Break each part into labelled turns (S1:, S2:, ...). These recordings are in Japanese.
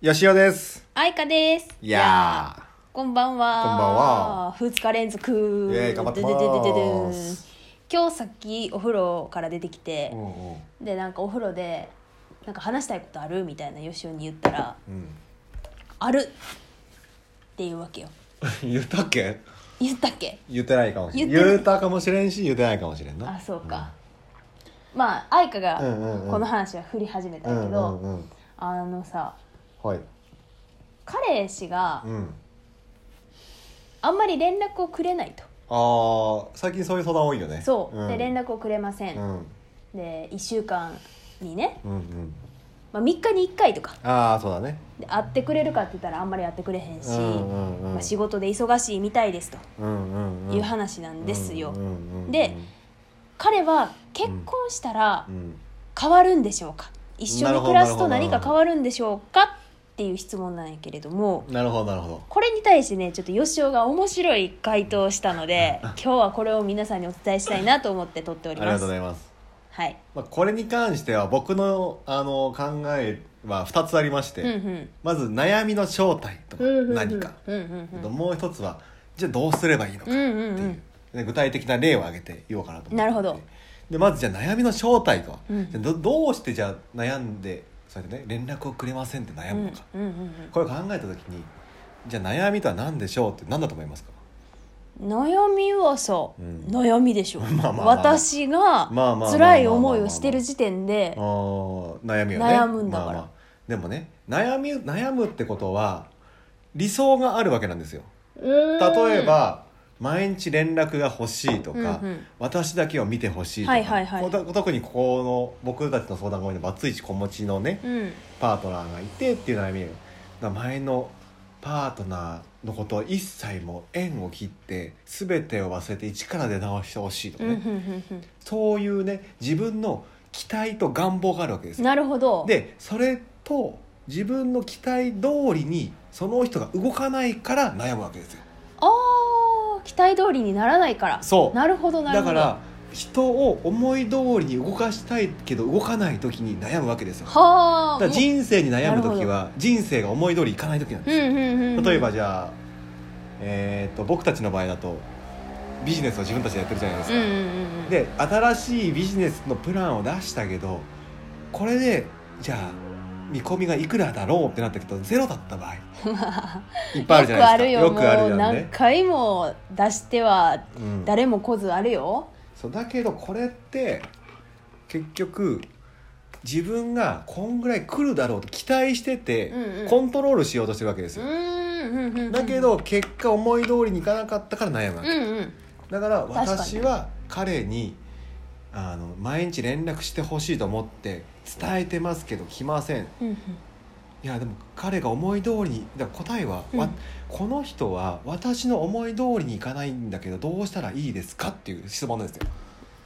S1: よしおです。
S2: あいかです。
S1: いやー
S2: ーこんばんは。
S1: こんばんは。
S2: 二日連続。
S1: イエーイ頑張ってま
S2: でででででん
S1: す
S2: 今日さっきお風呂から出てきて、
S1: うん うん。
S2: でなんかお風呂でなんか話したいことあるみたいなよしおに言ったら、あるっていうわけよ。
S1: 言ったっけ
S2: 言ったっけ？
S1: 言ってないかもしれん。
S2: 言ってない
S1: 言ったかもしれんし、言ってないかもしれんな。
S2: あそうか。まあ愛花が
S1: うんうんうん
S2: この話は振り始めた
S1: うんん
S2: や
S1: うん
S2: け
S1: う
S2: ど、
S1: ん。
S2: あのさ
S1: はい。
S2: 彼氏が
S1: うん。
S2: あんまり連絡をくれないと。
S1: ああ、最近そういう相談多いよね。
S2: そう、
S1: ん
S2: で連。絡をくれません、
S1: うん。
S2: で1週間にね、
S1: うんうん。
S2: まあ、3日に1回とか
S1: ああ、そうだね。
S2: で会ってくれるかって言ったらあんまり会ってくれへんし、
S1: うんうんうん
S2: まあ、仕事で忙しいみたいですと
S1: うんうんうん。
S2: いう話なんですよ、
S1: うんうんうんうん
S2: で彼は結婚したら
S1: うん。
S2: 変わるんでしょうか一緒に暮らすと
S1: なるほ
S2: 何
S1: ど
S2: か変わるんでしょうかっていう質問なんやけれども
S1: なるほど、なるほど。
S2: これに対してねちょっと吉尾が面白い回答をした ので今日はこれを皆さんにお伝えしたいなと思って撮ってお
S1: あ
S2: り
S1: りがとう
S2: ます
S1: ございます。
S2: はい
S1: まあ、これに関しては僕のあの考えは2つありまして、
S2: うんうん
S1: まず悩みの正体とか
S2: うんうんうん
S1: 何か、
S2: うんうんうん
S1: もう一つはじゃあどうすればいいのかっていう,、
S2: うんうんうん
S1: で具体的な例を挙げて言おうかなと思って
S2: なるほど
S1: でまずじゃあ悩みの正体とは、
S2: うん
S1: じゃあどどうしてじゃあ悩んでそれでね連絡をくれませんって悩むのか、
S2: うんうんうんうん
S1: これを考えた時にじゃあ悩みとは何でしょうって何だと思いますか
S2: 悩みはさ、
S1: うん
S2: 悩みでし ょ
S1: まあまあまあ
S2: 私が
S1: まあまあ
S2: 辛い思いをしてる時点
S1: あ
S2: で
S1: ー悩みをね
S2: 悩むんだから
S1: でもね悩み悩むってことは理想があるわけなんですよ例えば毎日連絡が欲しいとか、
S2: うんうん
S1: 私だけを見てほしいとか、
S2: はいはいはい
S1: こう特にここの僕たちの相談が多いのはバツイチ子持ちのね
S2: うん
S1: パートナーがいてっていう悩みだから前のパートナーのことを一切もう縁を切って全てを忘れて一から出直してほしいとか
S2: うんう
S1: ね、
S2: んうん
S1: そういうね自分の期待と願望があるわけです
S2: うん
S1: よ
S2: なるほど
S1: でそれと自分の期待通りにその人が動かないから悩むわけですよ
S2: ああ期待通りにならないから
S1: そう
S2: なるほどなる
S1: だ
S2: ほ
S1: か
S2: ど
S1: ら人を思い通りに動かしたいけど動かない時に悩むわけですよだか
S2: はあ
S1: ら人生に悩む時は人生が思い通りいかない時なん
S2: う
S1: で
S2: ん
S1: す
S2: う
S1: よ、
S2: んうんうん
S1: 例えばじゃあ、えー、と僕たちの場合だとビジネスを自分たちでやってるじゃないです
S2: う
S1: か、
S2: んうんうんうん
S1: で新しいビジネスのプランを出したけどこれでじゃあ見込みがいくらだろうってなったけどゼロだった 場合いっぱいあるじゃないですか
S2: よくあるよもう
S1: よ
S2: 何
S1: ね、
S2: 回も出しては
S1: うん
S2: 誰も来ずあるよ
S1: そうだけどこれって結局自分がこんぐらい来るだろうと期待してて、
S2: うんうん
S1: コントロールしようとしてるわけです
S2: う
S1: よ、
S2: んうんうんうん
S1: だけど結果思い通りにいかなかったから悩むわ
S2: う
S1: け、
S2: んうん
S1: だから
S2: 確かに
S1: 私は彼にあの毎日連絡してほしいと思って伝えてますけど来ません
S2: うんうん
S1: いやでも彼が思い通りにだから答えは、わ
S2: うん
S1: この人は私の思い通りにいかないんだけどどうしたらいいですかっていう質問なんですよ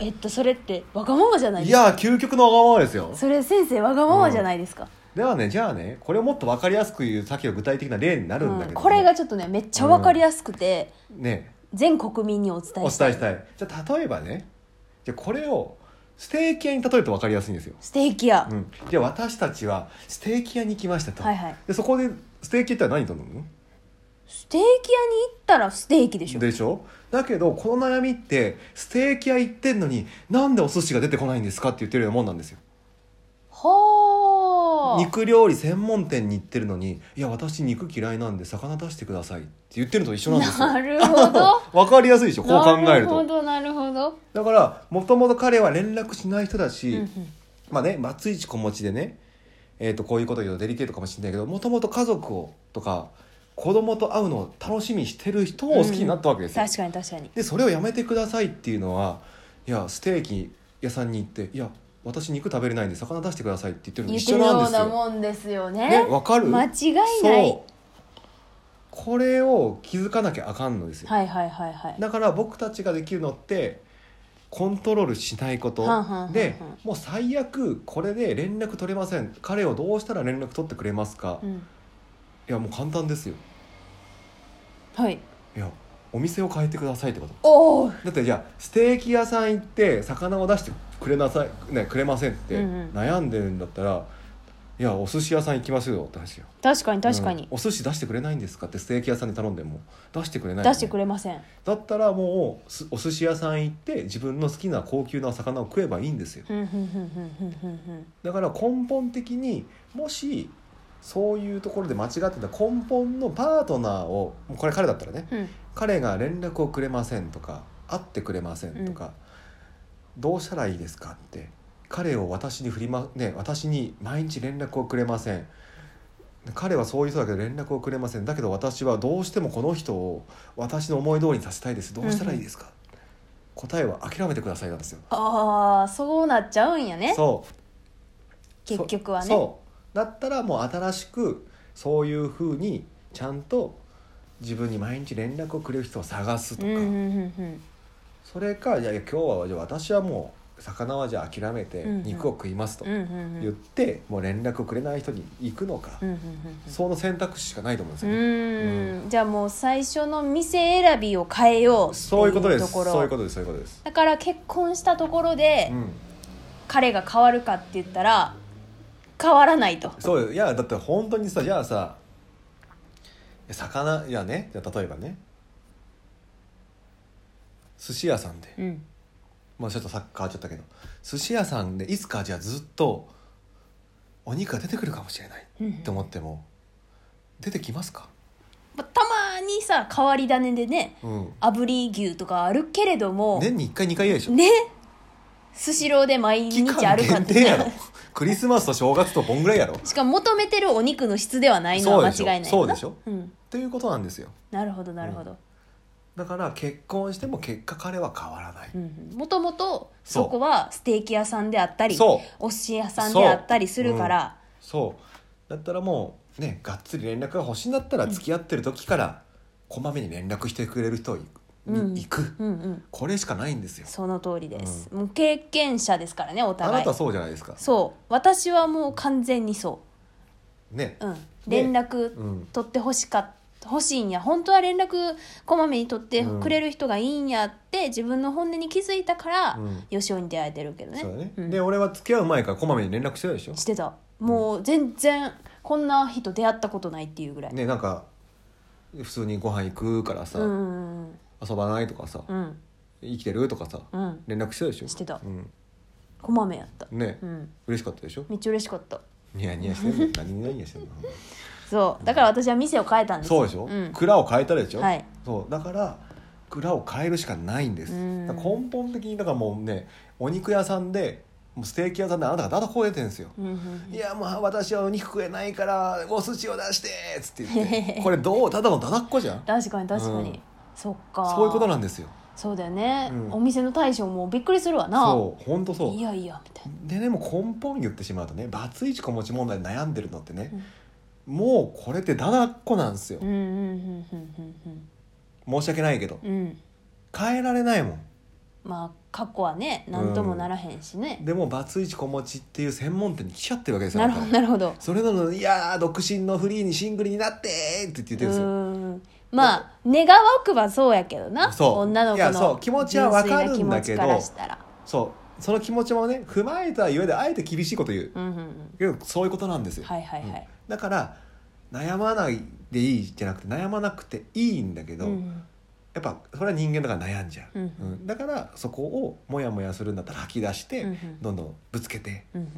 S2: えっとそれってわがままじゃない
S1: い
S2: ですか
S1: やー究極のわがままですよ
S2: それ先生わがままじゃないですか、
S1: ではねじゃあねこれをもっと分かりやすく言うさっきの具体的な例になるんだけども、
S2: これがちょっとねめっちゃわかりやすくて、
S1: ね
S2: 全国民にお伝
S1: お
S2: えした
S1: 伝え
S2: い
S1: したいじゃあ例えばねじゃあこれをステーキ屋に例えると分かりやすいんですよ、
S2: ステーキ屋、
S1: うん、じゃあ私たちはステーキ屋に来ましたと、
S2: はいはい
S1: でそこでステーキって何頼む
S2: ステーキ屋に行ったらステーキでしょ
S1: でしょだけどこの悩みってステーキ屋行ってんのになんでお寿司が出てこないんですかって言ってるようなもんなんですよ
S2: ほー
S1: 肉料理専門店に行ってるのに「いや私肉嫌いなんで魚出してください」って言ってるのと一緒なんですよ
S2: なるほ ど
S1: わかりやすいでしょこう考える
S2: なるほ
S1: と
S2: どなるほど
S1: だからもともと彼は連絡しない人だし、
S2: うんうん
S1: まあね松市子持ちでね、えー、とこういうこと言うとデリケートかもしれないけどもともと家族をとか子供と会うのを楽しみにしてる人を好きになったわけですよ、
S2: 確かに確かに
S1: でそれをやめてくださいっていうのはいやステーキ屋さんに行って「いや私肉食べれないんで魚出してください」って言ってるのと
S2: 言っ
S1: 一
S2: て
S1: 緒
S2: る
S1: なん
S2: よ
S1: で
S2: う
S1: す
S2: な
S1: よ。
S2: もんですよね
S1: ねわかる
S2: 間違いない
S1: そうこれを気づかなきゃあかんのですよ。
S2: はいはいはいはい
S1: だから僕たちができるのってコントロールしないこと
S2: はんはんはんはん
S1: でもう最悪これで連絡取れません彼をどうしたら連絡取ってくれますか、
S2: う
S1: い
S2: ん
S1: やもう簡単ですよ
S2: はい
S1: いやお店を変えてくださいってこと
S2: おお
S1: だってじゃあステーキ屋さん行って魚を出してくれなさい、ね、くれませんって
S2: うんうん
S1: 悩んでるんだったら、いやお寿司屋さん行きますよって話よ
S2: 確かに確か
S1: うん
S2: に、
S1: お寿司出してくれないんですかってステーキ屋さんで頼んでも出してくれないよね、
S2: 出してくれません
S1: だったらもうすお寿司屋さん行って自分の好きな高級な魚を食えばいいんですよ
S2: ふんふんふんふんふんふんふん
S1: だから根本的にもしそういうところで間違ってた根本のパートナーをもうこれ彼だったらね
S2: ふん
S1: 彼が連絡をくれませんとか会ってくれませんとか、どうしたらいいですかって彼を私に振りまね私に毎日連絡をくれません彼はそういう人だけど連絡をくれませんだけど私はどうしてもこの人を私の思い通りにさせたいですどうしたらいいですか、答えは諦めてくださいなんですよ
S2: ああそうなっちゃうんやね
S1: そう
S2: 結局はね
S1: そそうだったらもう新しくそういうふうにちゃんと自分に毎日連絡をくれる人を探すとか、
S2: うんうんうん
S1: それかいやいや今日はじゃあ私はもう魚はじゃあ諦めて
S2: うんうん
S1: 肉を食いますと
S2: うんうんうんうん
S1: 言って、もう連絡をくれない人に行くのか、
S2: うんうん
S1: その選択肢しかないと思うんです
S2: う
S1: よね、
S2: んうんじゃあもう最初の店選びを変えようって
S1: そういうこと
S2: い
S1: で
S2: う
S1: す
S2: ところ
S1: そういうことですそういうことです、
S2: だから結婚したところで
S1: うん、
S2: 彼が変わるかって言ったら変わらないと
S1: そうよいやだって本当にさじゃあさ魚いやねじゃあ例えばね寿司屋さんで
S2: うん
S1: まあちょっとさっき変わっちゃったけど寿司屋さんでいつかじゃあずっとお肉が出てくるかもしれない
S2: うん
S1: って思っても出てきますか、
S2: まあたまにさ変わり種でね
S1: うん、
S2: 炙り牛とかあるけれども
S1: 年に1回2回ぐらいでしょ
S2: ねスシローで毎
S1: 期
S2: 日あ
S1: 間
S2: るかっ
S1: 限
S2: て
S1: 定やろクリスマスと正月とこんぐらいやろ
S2: しかも求めてるお肉の質ではないのは
S1: そうでしょ
S2: 間違いない
S1: そうでしょ
S2: うん、
S1: ということなんですよ
S2: なるほどなるほど
S1: だから結婚しても結果彼は変わらない、
S2: うんもともと
S1: そう
S2: そこはステーキ屋さんであったり
S1: そう
S2: お寿司屋さんであったりするから
S1: そうだったらもうねがっつり連絡が欲しいんだったら付き合ってる時からこまめに連絡してくれる人に
S2: うん
S1: 行く、
S2: うんうん
S1: これしかないんですよ
S2: その通りです、もう経験者ですからねお
S1: あ
S2: 互
S1: ないたそうじゃないですか
S2: そう私はもう完全にそ
S1: ね
S2: う、うん、連絡
S1: うん
S2: 取ってほしか欲しいんや本当は連絡こまめに取ってくれる人がいいんやって自分の本音に気づいたから、
S1: うん
S2: よしおに出会えてるけどね
S1: そうだね、
S2: うん
S1: で俺は付き合う前からこまめに連絡してたでしょ
S2: してたもう全然こんな人出会ったことないっていうぐらい、
S1: ねなんか普通にご飯行くからさ、
S2: うんうん
S1: 遊ばないとかさ、
S2: うんうん
S1: 生きてるとかさ、
S2: うん
S1: 連絡してたでしょ
S2: してた
S1: うん、
S2: こまめやった、
S1: ね、
S2: うん、
S1: 嬉しかったでしょ
S2: めっちゃ嬉しかった
S1: ニヤニヤしてんの何にニヤしてんの
S2: そうだから私は店を変えたんですよ
S1: そうでしょ、
S2: ん、
S1: 蔵を変えたでしょ、
S2: はい
S1: そうだから蔵を変えるしかないんです
S2: うん
S1: だから根本的にだからもうねお肉屋さんでもうステーキ屋さんであなたがだだこう出てるんですよ、
S2: うんうん
S1: いやもう私はお肉食えないからお寿司を出してっつって言 ってこれどうただのだだっこじゃん
S2: 確かに確かに、
S1: うん
S2: そっか
S1: そういうことなんですよ
S2: そうだよね、
S1: うん
S2: お店の大将もびっくりするわな
S1: そう本当そう
S2: やいやみたいな
S1: でねもう根本言ってしまうとねバツイチ子持ち問題で悩んでるのってね、もうこれってだだっこなんですよ、
S2: うんうんうんうん
S1: 申し訳ないけど
S2: うんうんうん
S1: 変えられないもん
S2: まあ過去はね何ともならへんしね、
S1: でもバツイチ子持ちっていう専門店に来ちゃってるわけですよ
S2: なるほど
S1: あた
S2: なるほど
S1: それなのに「いやー独身のフリーにシングルになって!」って言ってるんですよ
S2: うんまあ願わくばそうやけどな
S1: そう
S2: 女の
S1: い
S2: 子
S1: やそ
S2: の
S1: う気持ちはわかるんだけど
S2: 純粋な気持ちからしたら
S1: そうその気持ちもね踏まえた上であえて厳しいこと言う
S2: うんうんうん
S1: けどそういうことなんですよ、
S2: はいはいは
S1: うん
S2: い、
S1: だから悩まないでいいじゃなくて悩まなくていいんだけ
S2: う
S1: ど、
S2: んうん
S1: やっぱそれは人間だから悩んじゃう、
S2: うんうん
S1: だからそこをモヤモヤするんだったら吐き出して、
S2: うんうん
S1: どんどんぶつけて
S2: うんうん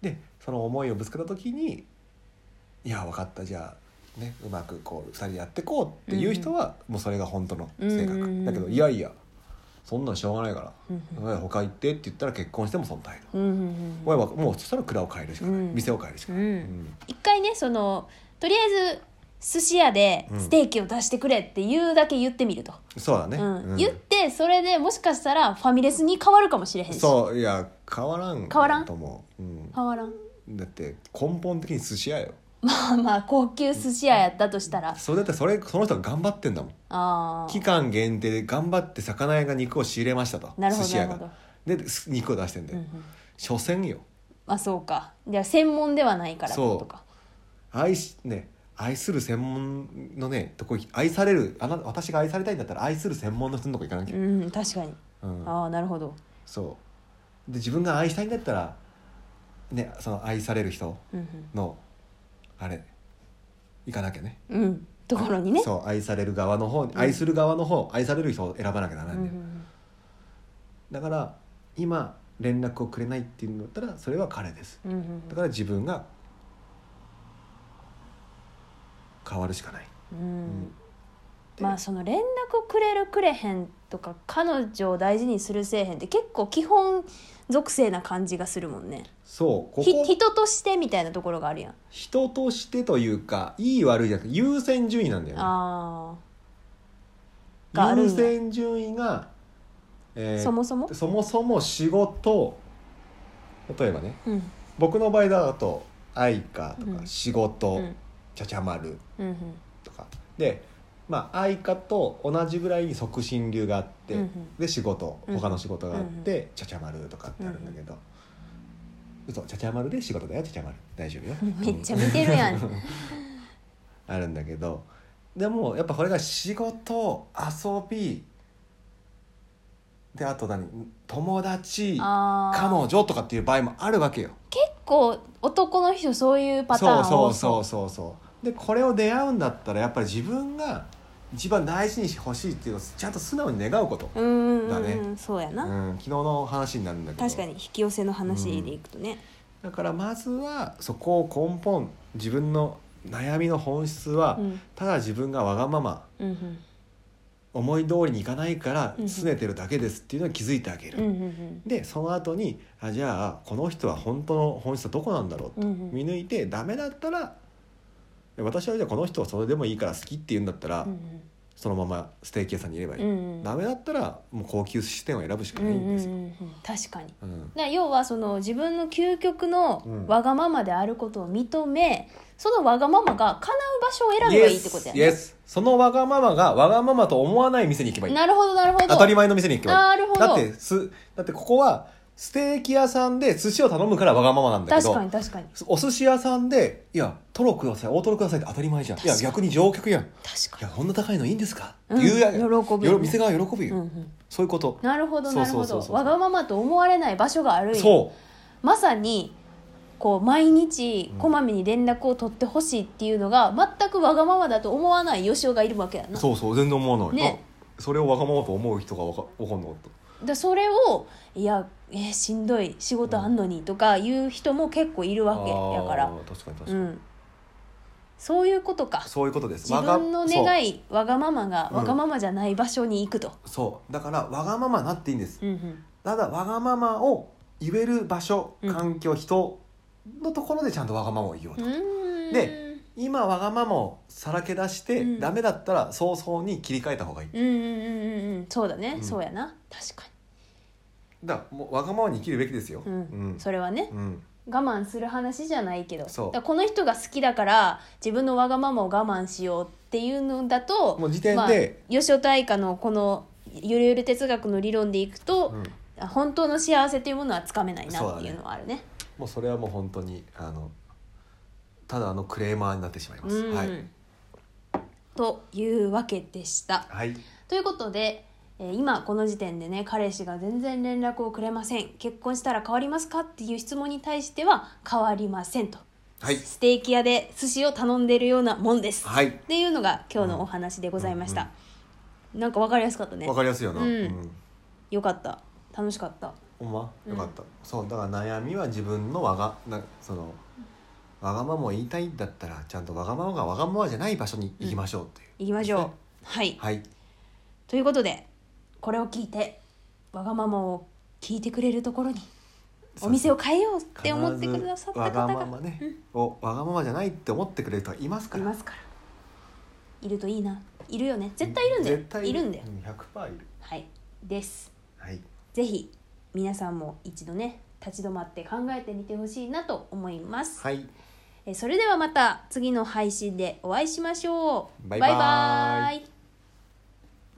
S1: でその思いをぶつけた時に「いや分かったじゃあ、ね、うまくこう2人でやってこう」っていう人は、もうそれが本当の性格、
S2: うんうんうん
S1: だけど「いやいやそんなんしょうがないから、
S2: うんうん
S1: 他行って」って言ったら結婚してもその態度、
S2: うんうんうん
S1: 俺はもうそしたら蔵を変えるしかない、
S2: うん
S1: 店を変えるしかない、
S2: うん一回ねそのとりあえず寿司屋でステーキを出してくれっていうだけ言ってみると、
S1: そうだね、
S2: うん
S1: うん
S2: 言ってそれでもしかしたらファミレスに変わるかもしれへんし
S1: そういや変わらん
S2: 変わらん
S1: と思う、うん
S2: 変わらん
S1: だって根本的に寿司屋よ
S2: まあまあ高級寿司屋やったとしたら
S1: それだってそれその人が頑張ってんだもん
S2: あ
S1: 期
S2: ー
S1: 間限定で頑張って魚屋が肉を仕入れましたと
S2: なるほ
S1: 寿
S2: ど
S1: 司屋
S2: なる
S1: が
S2: ほ
S1: です肉を出してんだ
S2: うん
S1: よ、
S2: うん
S1: 所詮よ
S2: まあそうかじゃあ専門ではないからってことか
S1: 愛しね愛する専門のねとこ愛されるあな私が愛されたいんだったら愛する専門の人のとこ行かなきゃ、
S2: うん確かに
S1: うん
S2: ああなるほど
S1: そうで自分が愛したいんだったらねその愛される人
S2: うん
S1: のあれ行かなきゃね
S2: うんうんところにね
S1: そう愛される側の方に
S2: うん
S1: 愛する側の方、愛される人を選ばなきゃならないんだよ、
S2: うん
S1: だから今連絡をくれないっていうんだったらそれは彼です
S2: うんうんうん
S1: だから自分が変わるしかない、
S2: う
S1: うんん
S2: まあその連絡くれるくれへんとか彼女を大事にするせえへんって結構基本属性な感じがするもんね
S1: そうこ
S2: ひ
S1: こ
S2: 人としてみたいなところがあるやん
S1: 人としてというかいい悪いじゃなくて優先順位なんだよね
S2: あーがある
S1: 優
S2: んや
S1: 先順位が、えー
S2: そもそも
S1: そもそも仕事例えばね
S2: うん
S1: 僕の場合だと愛かと
S2: う
S1: か
S2: ん
S1: 仕事、
S2: うん
S1: ちゃちゃまる
S2: うんうん
S1: とかでまあ愛かと同じぐらいに促進流があって、
S2: うんうん
S1: で仕事
S2: うん
S1: 他の仕事があって、ちゃちゃまるとかってあるんだけど、嘘ちゃちゃまるで仕事だよちゃちゃまる大丈夫よ
S2: めっちゃ見てるやん
S1: あるんだけどでもやっぱこれが仕事遊びであと何友達
S2: あー
S1: 彼女とかっていう場合もあるわけよ
S2: 結構男の人そういうパターン
S1: そうそ
S2: 多
S1: うそううそうそうでこれを出会うんだったらやっぱり自分が一番大事にしてほしいっていうのをちゃんと素直に願うこと、
S2: ううんうん
S1: だ
S2: うん、
S1: ね
S2: そうや
S1: う
S2: な、
S1: ん、昨日の話になるんだけど
S2: 確かに引き寄せの話でいくとね、
S1: だからまずはそこを根本自分の悩みの本質は、
S2: うん
S1: ただ自分がわがまま
S2: うんうん
S1: 思い通りにいかないから
S2: うん
S1: 拗ねてるだけですっていうのに気づいてあげる、
S2: うんうん
S1: でその後にあじゃあこの人は本当の本質はどこなんだろう
S2: う
S1: と
S2: んうん
S1: 見抜いてダメだったら私はじゃあこの人はそれでもいいから好きって言うんだったら、
S2: うん
S1: そのままステーキ屋さんにいればいい、
S2: うんうん
S1: ダメだったらもう高級寿司店を選ぶしか
S2: うんう
S1: ない
S2: ん
S1: んです
S2: う
S1: よ、
S2: んうん確かに
S1: うん
S2: だから要はその自分の究極の
S1: うん
S2: わがままであることを認め、そのわがままが叶う場所を選べばいいってことや
S1: イエ
S2: ね、
S1: スそのわがままがわがままと思わない店に行けばいい
S2: なるほどなるほど
S1: 当たり前の店に行けばいい
S2: なるほど
S1: だってすだってここはステーキ屋さんで寿司を頼むからわがままなんだけど
S2: 確かに確かに
S1: お寿司屋さんで「いやトロください大トロください」って当たり前じゃんいや
S2: 確かに
S1: 逆に上客やん「い
S2: 確か
S1: やこんな高いのいいんですか?」
S2: うん
S1: って言うやん、
S2: 喜ぶよね
S1: よろ店側喜ぶ
S2: に、
S1: よ、
S2: うんうん、
S1: そういうこと
S2: なるほど
S1: そ
S2: な
S1: う
S2: る
S1: そ
S2: ほ
S1: うそうそう
S2: どわがままと思われない場所があるんや
S1: そう
S2: まさにこう毎日
S1: うん
S2: こまめに連絡を取ってほしいっていうのが全くわがままだと思わないよしおがいるわけやな
S1: そうそう全然思わない、
S2: ね
S1: あそれをわがままと思う人がわかわかんなかった
S2: でそれを「いや、えーしんどい仕事あんのに」とか言う人も結構いるわけやから
S1: あー確かに確か
S2: う
S1: に、
S2: ん、そういうことか
S1: そういうことです
S2: 自分の
S1: わが
S2: 願いわがままが
S1: うん
S2: わがままじゃない場所に行くと、
S1: そうそうだからわがままなっていいんです
S2: うんうん
S1: ただわがままを言える場所
S2: うん
S1: 環境、人のところでちゃんとわがままを言おう
S2: う
S1: と、
S2: ーん
S1: で今わがままをさらけ出して、
S2: うん
S1: ダメだったら早々に切り替えた方がいい
S2: うんうんうんうんうんそうだね、
S1: うん
S2: そうやな確か
S1: だからもうわがままに生きるべきですよ
S2: に、うん
S1: うん
S2: それはね
S1: うん
S2: 我慢する話じゃないけど
S1: そう
S2: だからこの人が好きだから自分のわがままを我慢しようっていうのだと
S1: もう時点
S2: まあ
S1: で、
S2: 吉尾大花のこのゆるゆる哲学の理論でいくと、
S1: うん
S2: あ本当の幸せというものはつかめないなっていうのはあるね。
S1: もうそれはもう本当にあのただあのクレーマーになってしまいます、
S2: うん
S1: はい、
S2: というわけでした。
S1: はい、
S2: ということで、えー今この時点でね彼氏が全然連絡をくれません結婚したら変わりますかっていう質問に対しては変わりませんと、
S1: はい
S2: ステーキ屋で寿司を頼んでるようなもんです、
S1: はい
S2: っていうのが今日のお話でございました、なんかわかりやすかったね
S1: わかりやすいよな、
S2: うん
S1: うん
S2: よかった楽しかった
S1: ほんま
S2: うん
S1: よかった、そうだから悩みは自分のわがなそのわがままを言いたいんだったらちゃんとわがままがわがままじゃない場所に行きましょうっていう、
S2: 行きましょう、はい
S1: はい
S2: ということでこれを聞いてわがままを聞いてくれるところにお店を変えようって思ってくださった
S1: わ
S2: 方
S1: が
S2: が
S1: ままね、をわがままじゃないって思ってくれる人がいますか
S2: い
S1: ら
S2: ますからいるといいないるよね絶対いるんだよ
S1: 絶対
S2: いるんだよ
S1: う100%いる
S2: はいです
S1: はい
S2: ぜひ皆さんも一度ね立ち止まって考えてみてほしいなと思います、
S1: はい
S2: えそれではまた次の配信でお会いしましょう
S1: バイバイ
S2: バイバイ